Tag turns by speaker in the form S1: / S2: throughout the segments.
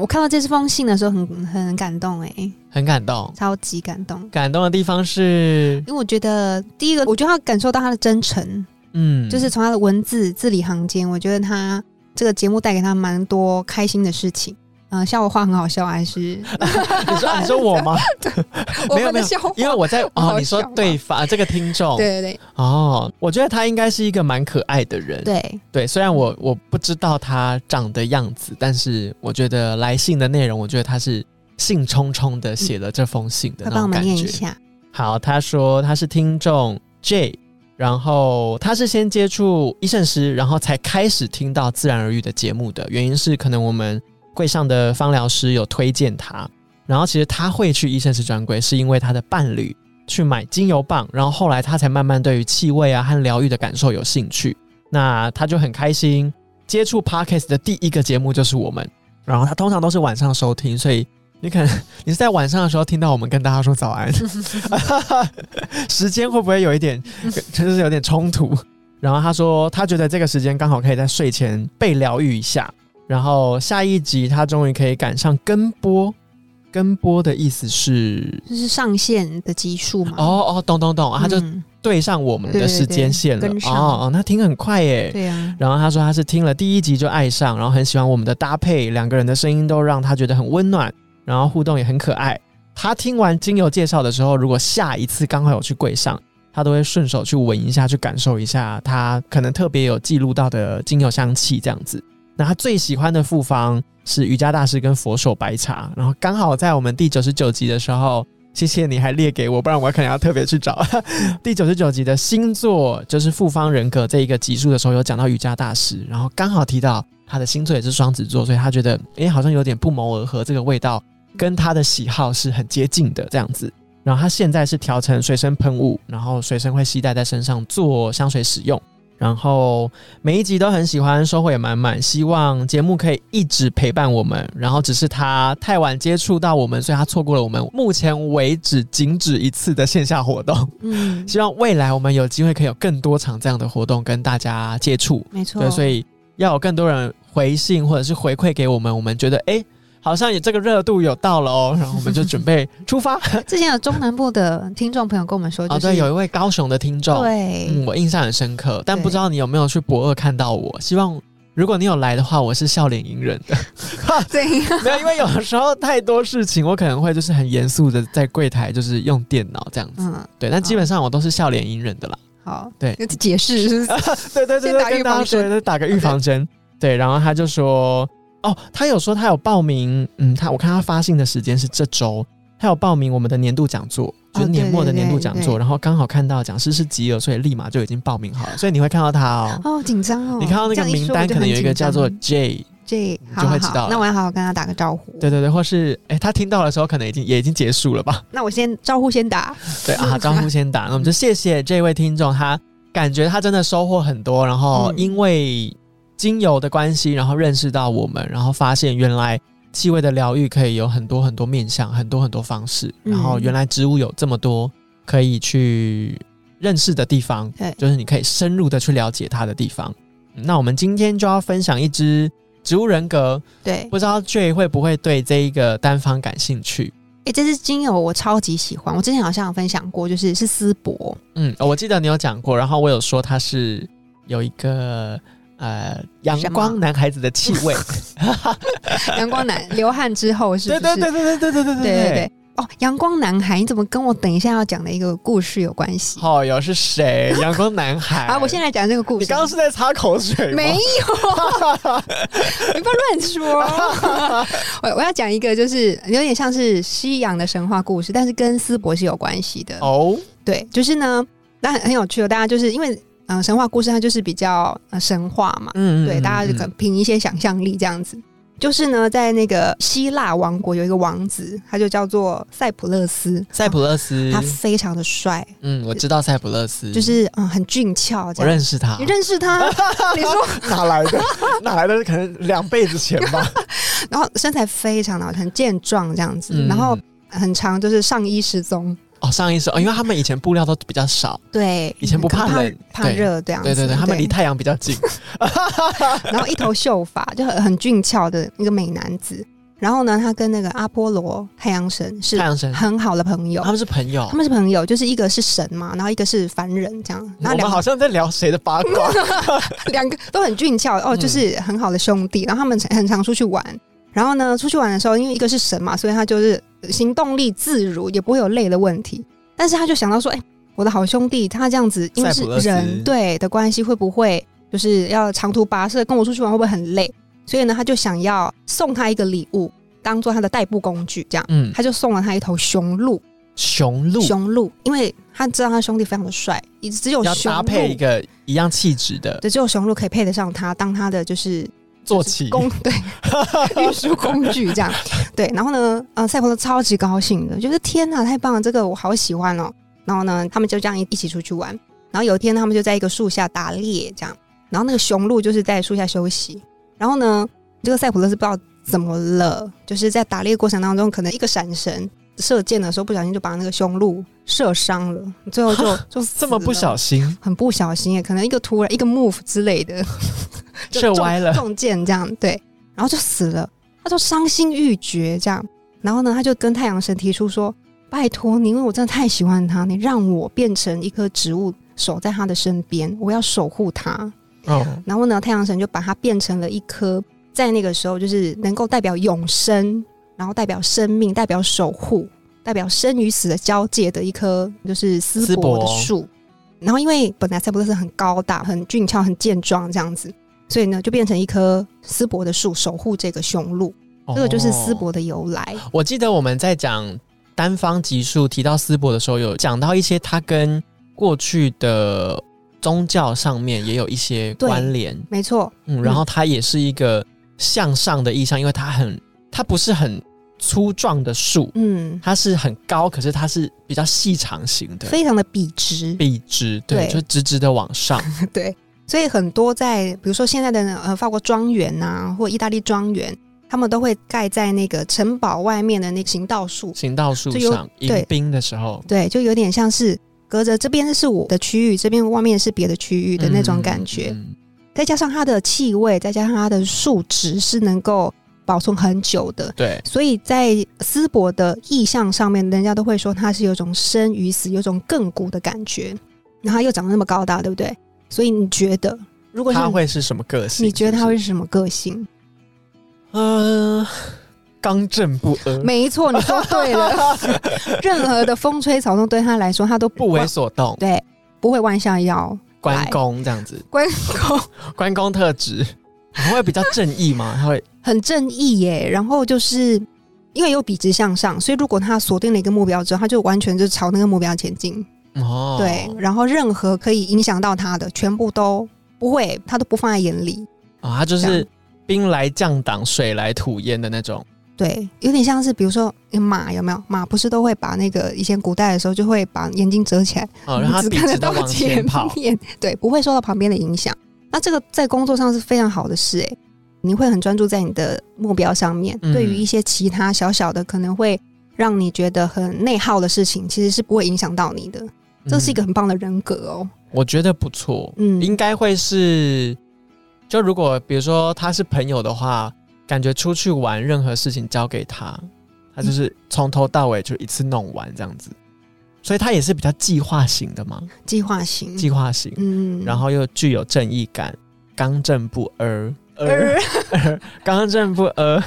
S1: 我看到这封信的时候很很感动哎、
S2: 很感动。
S1: 超级感动。
S2: 感动的地方是，
S1: 因为我觉得第一个，我觉得他感受到他的真诚，
S2: 嗯，
S1: 就是 从他的文字字里行间，我觉得他这个节目带给他蛮多开心的事情。嗯、笑话很好笑还是
S2: 你说你说我 吗？
S1: 我
S2: 没有
S1: 们的
S2: 没有
S1: 笑话？
S2: 因为我在
S1: 好
S2: 哦，你说
S1: 笑啊
S2: 对方这个听众
S1: 对对
S2: 哦，我觉得他应该是一个蛮可爱的人
S1: 对，对，
S2: 对，虽然我我不知道他长的样子，但是我觉得来信的内容，我觉得他是兴冲冲的写了这封信的
S1: 嗯快
S2: 那
S1: 帮我
S2: 种
S1: 们
S2: 感
S1: 念一
S2: 觉。
S1: 下。
S2: 好，他说他是听众 J，然后他是先接触医圣师，然后才开始听到自然而愈的节目的，原因是可能我们柜上的芳疗师有推荐他，然后其实他会去医圣师专柜，是因为他的伴侣去买精油棒，然后后来他才慢慢对于气味啊和疗愈的感受有兴趣，那他就很开心接触 Podcast 的第一个节目就是我们，然后他通常都是晚上收听，所以。你可能你是在晚上的时候听到我们跟大家说早 安，时间会不会有一点， 就是有点冲突？然后他说，他觉得这个时间刚好可以在睡前被疗愈一下。然后下一集他终于可以赶上跟播，跟播的意思是，
S1: 就是上线的集数嘛。，
S2: 哦哦，懂懂懂，他就
S1: 嗯、
S2: 对上我们的时间线了。
S1: 对对对跟上
S2: 哦哦，那听很快耶。
S1: 对啊，
S2: 然后他说他是听了第一集就爱上，然后很喜欢我们的搭配，两个人的声音都让他觉得很温暖，然后互动也很可爱。他听完精油介绍的时候，如果下一次刚好有去柜上，他都会顺手去闻一下，去感受一下他可能特别有记录到的精油香气这样子。那他最喜欢的复方是瑜伽大师跟佛手白茶，然后刚好在我们第九十九集的时候，谢谢你还列给我，不然我可能要特别去找。第九十九集的星座就是复方人格这一个集数的时候，有讲到瑜伽大师，然后刚好提到他的星座也是双子座，所以他觉得诶、好像有点不谋而合，这个味道跟他的喜好是很接近的这样子。然后他现在是调成随身喷雾，然后随身会携带在身上做香水使用。然后每一集都很喜欢，收获也满满。希望节目可以一直陪伴我们。然后只是他太晚接触到我们，所以他错过了我们目前为止仅止一次的线下活动。
S1: 嗯，
S2: 希望未来我们有机会可以有更多场这样的活动跟大家接触。
S1: 没错。
S2: 对，所以要有更多人回信或者是回馈给我们，我们觉得诶，好像也这个热度有到了哦，然后我们就准备 出发。
S1: 之前有中南部的听众朋友跟我们说，就
S2: 哦，
S1: 是、
S2: 对，有一位高雄的听众，
S1: 对
S2: 嗯，我印象很深刻，但
S1: 对
S2: 不知道你有没有去博二看到我。希望如果你有来的话，我是笑脸迎人 的。嗯
S1: 怎样？
S2: 没有，因为有时候太多事情，我可能会就是很严肃的在柜台就是用电脑这样子。
S1: 嗯，
S2: 对，但基本上我都是笑脸迎人的啦。
S1: 好，
S2: 对
S1: 那解释 是不是？
S2: 对对对
S1: 先
S2: 对，
S1: 打
S2: 跟
S1: 预
S2: 大家
S1: 防
S2: 说
S1: 针
S2: 就打个预防针。对，然后他就说，哦，他有说他有报名，嗯，他我看他发信的时间是这周，他有报名我们的年度讲座，就是
S1: 哦
S2: 年末的
S1: 对对
S2: 年度
S1: 对
S2: 讲
S1: 对
S2: 座，然后刚好看到讲师是吉尔，所以立马就已经报名好了，所以你会看到他哦。
S1: 哦，紧张哦！
S2: 你看到那
S1: 这
S2: 个
S1: 样一
S2: 名
S1: 说
S2: 单，
S1: 我就
S2: 可能有一个
S1: 很紧
S2: 叫
S1: 张
S2: 做 J，
S1: J，
S2: 你
S1: 嗯好
S2: 就会
S1: 好
S2: 知道了
S1: 那我要好好跟他打个招呼。
S2: 对对对，或是哎，他听到的时候可能已经也已经结束了吧？
S1: 那我先招呼先打，
S2: 对啊，招呼先打，那我们就谢谢这位听众，他感觉他真的收获很多，然后
S1: 嗯
S2: 因为精油的关系，然后认识到我们，然后发现原来气味的疗愈可以有很多很多面向，很多很多方式，
S1: 嗯
S2: 然后原来植物有这么多可以去认识的地方，
S1: 对
S2: 就是你可以深入的去了解它的地方。嗯那我们今天就要分享一支植物人格，
S1: 对，
S2: 不知道 J 会不会对这一个单方感兴趣？
S1: 哎、这支精油我超级喜欢，我之前好像有分享过，就是是丝 柏，
S2: 嗯，哦我记得你有讲过，然后我有说它是有一个呃阳
S1: 什么
S2: 光男孩子的气 味，
S1: 阳光男流汗之后是不
S2: 对
S1: 是？
S2: 对对对对对对对
S1: 对对对哦，阳光男孩，你怎么跟我等一下要讲的一个故事有关系？
S2: 好友是谁？阳光男孩。
S1: 啊，我现在讲这个故事。
S2: 哎你刚刚是在擦口水吗？
S1: 没有，你不要乱 说。我我要讲一个，就是有点像是西洋的神话故事，但是跟丝柏是有关系的。
S2: 哦，
S1: 对，就是呢，那很很有趣哦。大家就是因为嗯、呃神话故事它就是比较、呃、神话嘛，
S2: 嗯
S1: 对，大家就可
S2: 能
S1: 能凭一些想象力这样子。就是呢，在那个希腊王国有一个王子，他就叫做塞浦勒斯，
S2: 塞浦勒斯，
S1: 他非常的帅，
S2: 嗯，我知道塞浦勒斯，
S1: 就是嗯很俊俏这
S2: 我
S1: 样。
S2: 认识他
S1: 你，认识他？ 你说，
S2: 哪来的？ 哪来的？可能两辈子前吧。
S1: 然后身材非常的好，很健壮这样子，
S2: 嗯
S1: 然后很长，就是上衣失踪。
S2: 哦，上一首，哦，因为他们以前布料都比较少，
S1: 对，
S2: 以前不
S1: 可能
S2: 怕冷
S1: 怕
S2: 对
S1: 热这样子。
S2: 嗯对对对，他们离太阳比较近。
S1: 然后一头秀发，就很很俊俏的一个美男子。然后呢，他跟那个阿波罗太阳神是
S2: 太阳神，
S1: 很好的朋友
S2: 他，们是朋友
S1: 他。们是朋友，就是一个是神嘛，然后一个是凡人这样。
S2: 我
S1: 那
S2: 们
S1: 两
S2: 好
S1: 个
S2: 像在聊谁的 八卦？
S1: 两个都很俊俏哦，
S2: 嗯
S1: 就是很好的兄弟。然后他们很常出去玩。然后呢，出去玩的时候，因为一个是神嘛，所以他就是呃行动力自如，也不会有累的问题。但是他就想到说，哎，我的好兄弟他这样子，因为
S2: 塞
S1: 是
S2: 浦路斯
S1: 人对的关系，会不会就是要长途跋涉跟我出去玩，会不会很累？所以呢，他就想要送他一个礼物，当做他的代步工具，这样。
S2: 嗯，
S1: 他就送了他一头雄鹿，
S2: 雄鹿
S1: 雄鹿，因为他知道他兄弟非常的帅，也只有
S2: 要
S1: 雄
S2: 搭配一
S1: 鹿，
S2: 个一样气质的
S1: 对，只有雄鹿可以配得上他，当他的就是
S2: 坐骑，
S1: 工 对运输工具这样。对，然后呢，呃，赛博都超级高兴的，就是天哪，太棒了，这个我好喜欢哦。然后呢，他们就这样一一起出去玩。然后有一天，他们就在一个树下打猎，这样。然后那个雄鹿就是在树下休息。然后呢，这个塞普勒斯不知道怎么了，就是在打猎过程当中，可能一个闪神射箭的时候不小心就把那个雄鹿射伤了，最后 就就死
S2: 这么不
S1: 了
S2: 小心
S1: 很不小心耶，可能一个突然一个 move 之类 的， 就
S2: 射
S1: 中
S2: 歪了
S1: 中箭这样对，然后就死了，他就伤心欲绝这样，然后呢，他就跟太阳神提出说：“拜托你，因为我真的太喜欢他，你让我变成一棵植物，守在他的身边，我要守护他。
S2: 哦”，
S1: 然后呢，太阳神就把它变成了一棵，在那个时候就是能够代表永生，然后代表生命，代表守护，代表生与死的交界的一棵就是丝
S2: 丝
S1: 柏的
S2: 柏
S1: 树。然后因为本来塞浦路斯很高大、很俊俏、很健壮这样子，所以呢就变成一棵丝柏的树，守护这个雄鹿。 这个就是丝
S2: 哦。
S1: 柏的由来。
S2: 我记得我们在讲单方集数提到丝柏的时候，有讲到一些它跟过去的宗教上面也有一些
S1: 对
S2: 关联，
S1: 没错，
S2: 嗯，然后它也是一个向上的意象，因为它很，它不是很粗壮的树，
S1: 嗯，
S2: 它是很高，可是它是比较细长型的，
S1: 非常的笔直，
S2: 笔直，对，
S1: 对
S2: 就直直的往 上，
S1: 对。所以很多在比如说现在的呃法国庄园呐、或意大利庄园，他们都会盖在那个城堡外面的那个行道树，
S2: 行道树
S1: 就有
S2: 上迎
S1: 对
S2: 宾的时候，嗯
S1: 对，就有点像是隔着这边是我的区域，这边外面是别的区域的那种感觉。
S2: 嗯
S1: 再加上它的气味，再加上它的树脂是能够保存很久的，
S2: 对，
S1: 所以在丝柏的意象上面，人家都会说它是有种生与死，有种亘古的感觉。然后它又长得那么高大，对不对？所以你觉得，如果是
S2: 它
S1: 你
S2: 会是什么个性？
S1: 你觉得它会
S2: 是
S1: 是什么个性？
S2: 不是呃刚正不阿，
S1: 没错，你说对 了。任何的风吹草动对他来说，他都
S2: 不为所动，
S1: 对，不会弯下腰。
S2: 关公这样子，
S1: 关公
S2: 关公特质，它会比较正义吗？ 它会
S1: 很正义耶，然后就是因为有笔直向上，所以如果他锁定了一个目标之后，他就完全就朝那个目标前进。
S2: 哦，
S1: 对，然后任何可以影响到他的，全部都不会，他都不放在眼里。
S2: 啊，它就
S1: 这
S2: 是
S1: 样
S2: 兵来将挡，水来土掩的那种，
S1: 对，有点像是比如说呃马有没有？马不是都会把那个以前古代的时候就会把眼睛遮起来，
S2: 哦，让它
S1: 只
S2: 笔
S1: 看得
S2: 直的
S1: 到
S2: 往前
S1: 前
S2: 跑，
S1: 面，对，不会受到旁边的影响。那这个在工作上是非常好的事、欸，你会很专注在你的目标上面。
S2: 嗯
S1: 对于一些其他小小的可能会让你觉得很内耗的事情，其实是不会影响到你的。这是一个
S2: 嗯，
S1: 很棒的人格哦、
S2: 我觉得不错，
S1: 嗯，
S2: 应该会是，就如果比如说他是朋友的话，感觉出去玩任何事情交给他，他就是从头到尾就一次弄完这样子，所以他也是比较计划型的嘛，
S1: 计划型，
S2: 计划型，
S1: 嗯
S2: 然后又具有正义感，刚正不阿，
S1: 呃
S2: 而刚正不阿，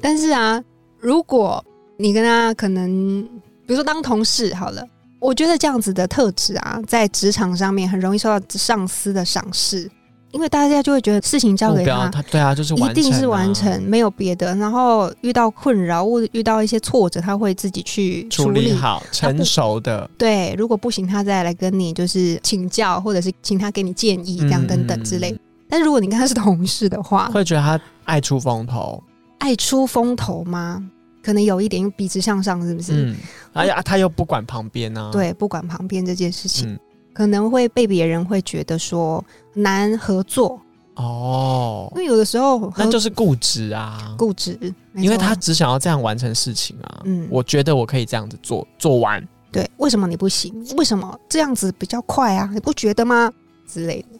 S1: 但是啊，如果你跟他可能，比如说当同事好了，我觉得这样子的特质啊，在职场上面很容易受到上司的赏识，因为大家就会觉得事情交
S2: 目
S1: 给
S2: 标
S1: 他。
S2: 他对啊，就是完
S1: 一
S2: 成、啊，
S1: 定是完成，没有别的。然后遇到困扰或者遇到一些挫折，他会自己去
S2: 处
S1: 处
S2: 理好，成熟的，
S1: 对，如果不行，他再来跟你就是请教，或者是请他给你建议，这样
S2: 嗯
S1: 等等之类。
S2: 嗯
S1: 但是如果你跟他是同事的话，
S2: 会觉得他爱出风头，
S1: 爱出风头吗？可能有一点，因为笔直向上，是不是？
S2: 嗯，哎呀，他又不管旁边啊，，
S1: 对，不管旁边这件事情，
S2: 嗯，
S1: 可能会被别人会觉得说难合作，
S2: 哦
S1: 因，为有的时候
S2: 那
S1: 很
S2: 就是固执啊，
S1: 固执，没
S2: 因为
S1: 错
S2: 他只想要这样完成事情啊，
S1: 嗯
S2: 我觉得我可以这样子做，做完，
S1: 对，为什么你不行？为什么这样子比较快啊？你不觉得吗？之类的。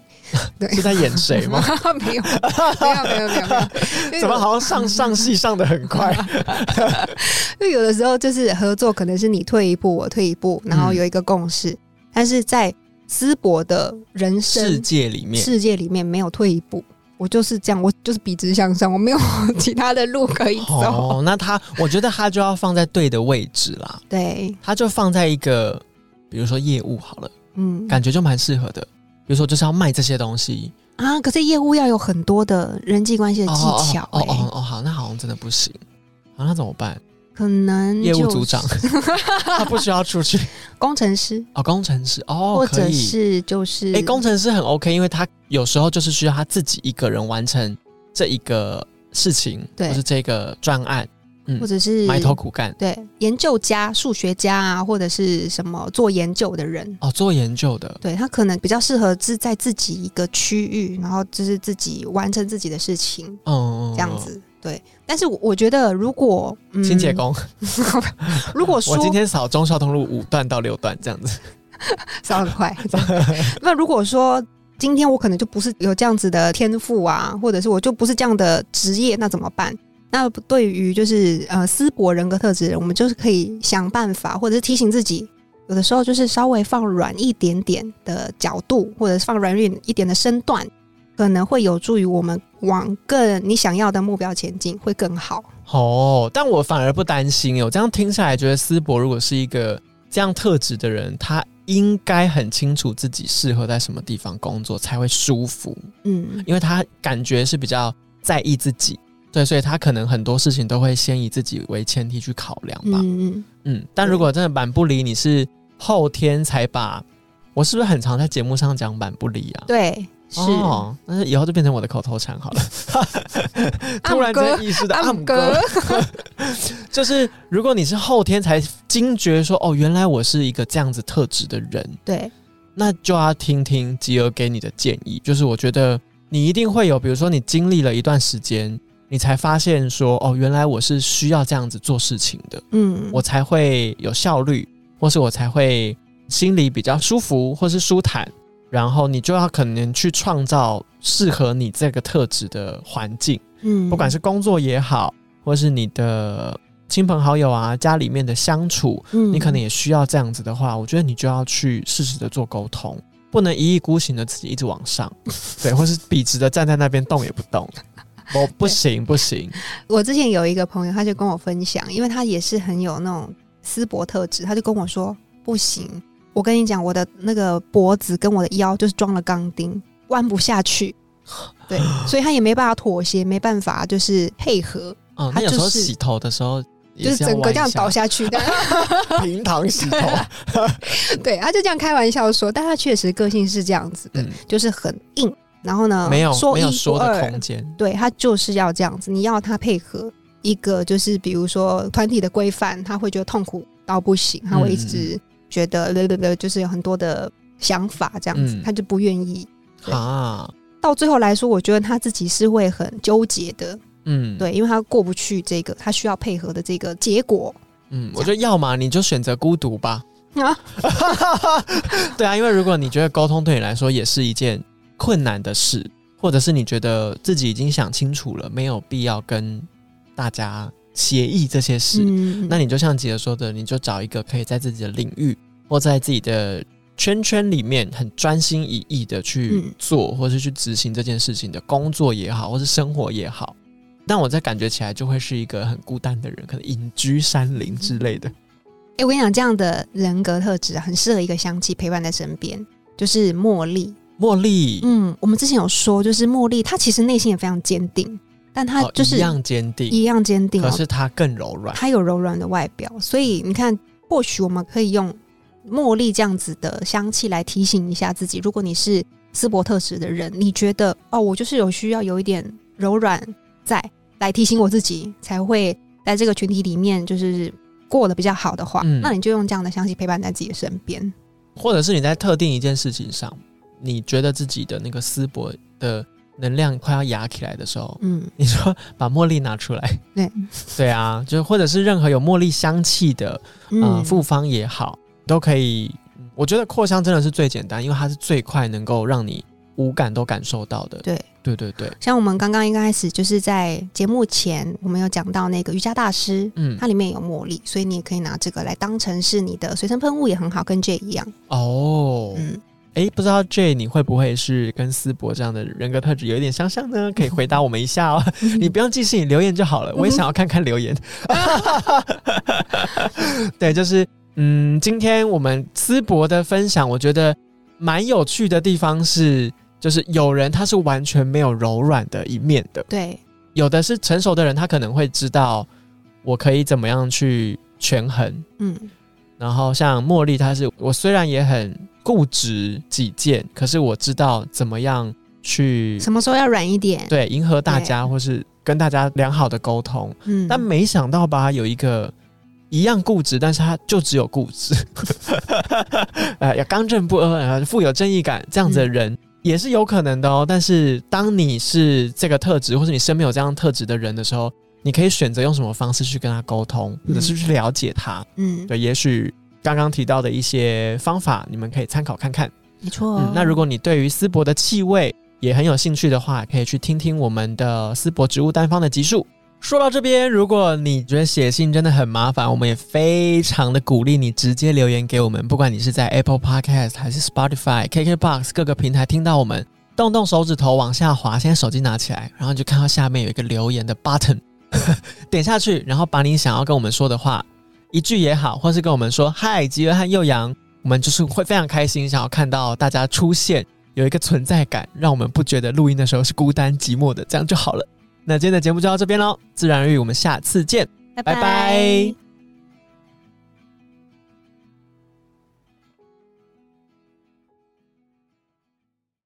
S1: 对，
S2: 是在演谁 吗？
S1: 没有，没有，没有，没有，没有。因为
S2: 怎么好像上上戏上的很快？
S1: 因为有的时候就是合作，可能是你退一步，我退一步，然
S2: 嗯
S1: 后有一个共识。但是在淄博的人
S2: 世
S1: 生
S2: 界里面，
S1: 世界里面，没有退一步，我就是这样，我就是笔直向上，我没有 其他的路可以走。
S2: 哦，那他，我觉得他就要放在对的位置啦，
S1: 对，
S2: 他就放在一个，比如说业务好了，
S1: 嗯
S2: 感觉就蛮适合的。比如说，就是要卖这些东西，
S1: 啊，可是业务要有很多的人际关系的技巧、
S2: 哦哦哦
S1: 哎
S2: 哦哦，好，那好像真的不行。啊，那怎么办？
S1: 欸可能
S2: 业务
S1: 就
S2: 组长，他不需要出去
S1: 工程师。
S2: 哦，工程师哦
S1: 或，
S2: 可
S1: 者
S2: 以。
S1: 是就是
S2: 哎、工程师很 OK，因为他有时候就是需要他自己一个人完成这一个事情，
S1: 对
S2: 或是这个专案，嗯
S1: 或者是
S2: 埋头苦干。
S1: 对研究家、数学家啊，或者是什么做研究的人，
S2: 哦，做研究的，
S1: 对他可能比较适合是在自己一个区域，然后就是自己完成自己的事情
S2: 嗯，
S1: 这样子。对，但是我我觉得如果嗯，
S2: 清洁，工，
S1: 如果
S2: 我
S1: 说
S2: 今天扫忠孝东路五段到六段这样子。
S1: 扫很快，那如果说。今天我可能就不是有这样子的天赋啊，或者是我就不是这样的职业，那怎么办？那对于就是呃思博人格特质的人，我们就是可以想办法，或者是提醒自己，有的时候就是稍微放软一点点的角度，或者是放软一点一点的身段，可能会有助于我们往更你想要的目标前进，会更好。
S2: 哦，但我反而不担心。我这样听下来，觉得思博如果是一个这样特质的人，他应该很清楚自己适合在什么地方工作才会舒服，
S1: 嗯，
S2: 因为他感觉是比较在意自己。对，所以他可能很多事情都会先以自己为前提去考量吧。
S1: 嗯嗯，
S2: 嗯，但如果真的板不离，你是后天才把，我是不是很常在节目上讲板不离啊？
S1: 对，是。
S2: 哦，但是以后就变成我的口头禅 好了。突然
S1: 暗
S2: 间
S1: 歌
S2: 意识到，
S1: 暗
S2: 暗哥， 就是如果你是后天才惊觉说，哦，原来我是一个这样子特质的人，
S1: 对，
S2: 那就要听听吉儿给你的建议。就是我觉得你一定会有，比如说你经历了一段时间，你才发现说，哦，原来我是需要这样子做事情的，
S1: 嗯，
S2: 我才会有效率，或是我才会心里比较舒服，或是舒坦。然后你就要可能去创造适合你这个特质的环境，
S1: 嗯，
S2: 不管是工作也好，或是你的亲朋好友啊、家里面的相处，
S1: 嗯
S2: 你可能也需要这样子的话，我觉得你就要去适时的做沟通，不能一意孤行的自己一直往 上，对，或是笔直的站在那边动也不动。我不行不行，
S1: 我之前有一个朋友，他就跟我分享，因为他也是很有那种丝帛特质，他就跟我说：“不行，我跟你讲，我的那个脖子跟我的腰就是装了钢钉，弯不下去。”对，所以他也没办法妥协，没办法就是配合，
S2: 嗯，
S1: 他
S2: 那有时候
S1: 就是
S2: 洗头的时候也
S1: 就是
S2: 要
S1: 整个
S2: 弯一
S1: 这样
S2: 下啊
S1: 倒下 去。但
S2: 平躺洗 头，
S1: 对，他就这样开玩笑说，但他确实个性是这样子的，
S2: 嗯，
S1: 就是很硬，然后呢，
S2: 没有
S1: 嗯说
S2: 没
S1: 一
S2: 有
S1: 不
S2: 说的
S1: 二
S2: 空间，
S1: 对他就是要这样子，你要他配合一个就是比如说团体的规范，他会觉得痛苦到不行，他
S2: 嗯
S1: 会一直觉得对对对，就是有很多的想法这样子，
S2: 嗯
S1: 他就不愿意。对
S2: 啊，
S1: 到最后来说，我觉得他自己是会很纠结的，
S2: 嗯，，
S1: 对，因为他过不去这个他需要配合的这个结果
S2: 嗯，我觉得要么你就选择孤独吧，
S1: 啊，
S2: 对啊，因为如果你觉得沟通对你来说也是一件困难的事，或者是你觉得自己已经想清楚了，没有必要跟大家协议这些事，
S1: 嗯
S2: 那你就像杰说的，你就找一个可以在自己的领域或在自己的圈圈里面很专心一意的去
S1: 嗯
S2: 做，或是去执行这件事情的工作也好，或是生活也好。但我在感觉起来就会是一个很孤单的人，可能隐居山林之类的。
S1: 哎、我跟你讲，这样的人格特质啊很适合一个香气陪伴在身边，就是茉莉。
S2: 茉莉，
S1: 嗯，我们之前有说，就是茉莉，她其实内心也非常坚定，但她
S2: 哦
S1: 就是
S2: 一样坚定，
S1: 一样坚定、
S2: 可
S1: 哦，
S2: 是它更柔软。
S1: 她有柔软的外表，所以你看，或许我们可以用茉莉这样子的香气来提醒一下自己，如果你是斯伯特质的人，你觉得哦，我就是有需要有一点柔软在来提醒我自己，才会在这个群体里面就是过得比较好的话，
S2: 嗯
S1: 那你就用这样的相信陪伴在自己的身边。
S2: 或者是你在特定一件事情上，你觉得自己的那个丝柏的能量快要压起来的时候，
S1: 嗯，
S2: 你说把茉莉拿出来，
S1: 对
S2: 对啊，就是或者是任何有茉莉香气的呃
S1: 嗯，
S2: 复方也好，都可以。我觉得扩香真的是最简单，因为它是最快能够让你五感都感受到的。
S1: 对
S2: 对对对，
S1: 像我们刚刚一开始就是在节目前，我们有讲到那个瑜伽大师，
S2: 嗯，
S1: 它里面有茉莉，所以你也可以拿这个来当成是你的随身喷雾，也很好，跟 J 一样。
S2: 哦，
S1: 嗯，
S2: 哎、不知道 J 你会不会是跟思博这样的人格特质有一点相像呢？可以回答我们一下哦。 你不用记信，留言就好了。我也想要看看留言。 对，就是嗯，今天我们思博的分享，我觉得蛮有趣的地方是，就是有人他是完全没有柔软的一面的，
S1: 对，
S2: 有的是成熟的人，他可能会知道我可以怎么样去权衡。
S1: 嗯
S2: 然后像茉莉，她是我虽然也很固执己见，可是我知道怎么样去
S1: 什么时候要软一点？，
S2: 嗯对迎合大家，或是跟大家良好的沟通。
S1: 嗯，
S2: 但没想到吧，有一个一样固执，但是他就只有固执， 呃，要刚正不阿，呃，富有正义感这样子的人。也是有可能的哦，但是当你是这个特质，或是你身边有这样特质的人的时候，你可以选择用什么方式去跟他沟通，或者是去了解他。
S1: 嗯，
S2: 对，也许刚刚提到的一些方法，你们可以参考看看。
S1: 没错、
S2: 嗯，那如果你对于丝柏的气味也很有兴趣的话，可以去听听我们的丝柏植物单方的集数。说到这边，如果你觉得写信真的很麻烦，我们也非常的鼓励你直接留言给我们，不管你是在 Apple Podcast 还是 Spotify、KKBox 各个平台听到我们，动动手指头往下滑，现在手机拿起来，然后你就看到下面有一个留言的 button，点下去，然后把你想要跟我们说的话，一句也好，或是跟我们说“嗨，吉儿和幼阳”，我们就是会非常开心，想要看到大家出现，有一个存在感，让我们不觉得录音的时候是孤单寂寞的，这样就好了。那今天的节目就到这边喽，自然而语，我们下次见。拜拜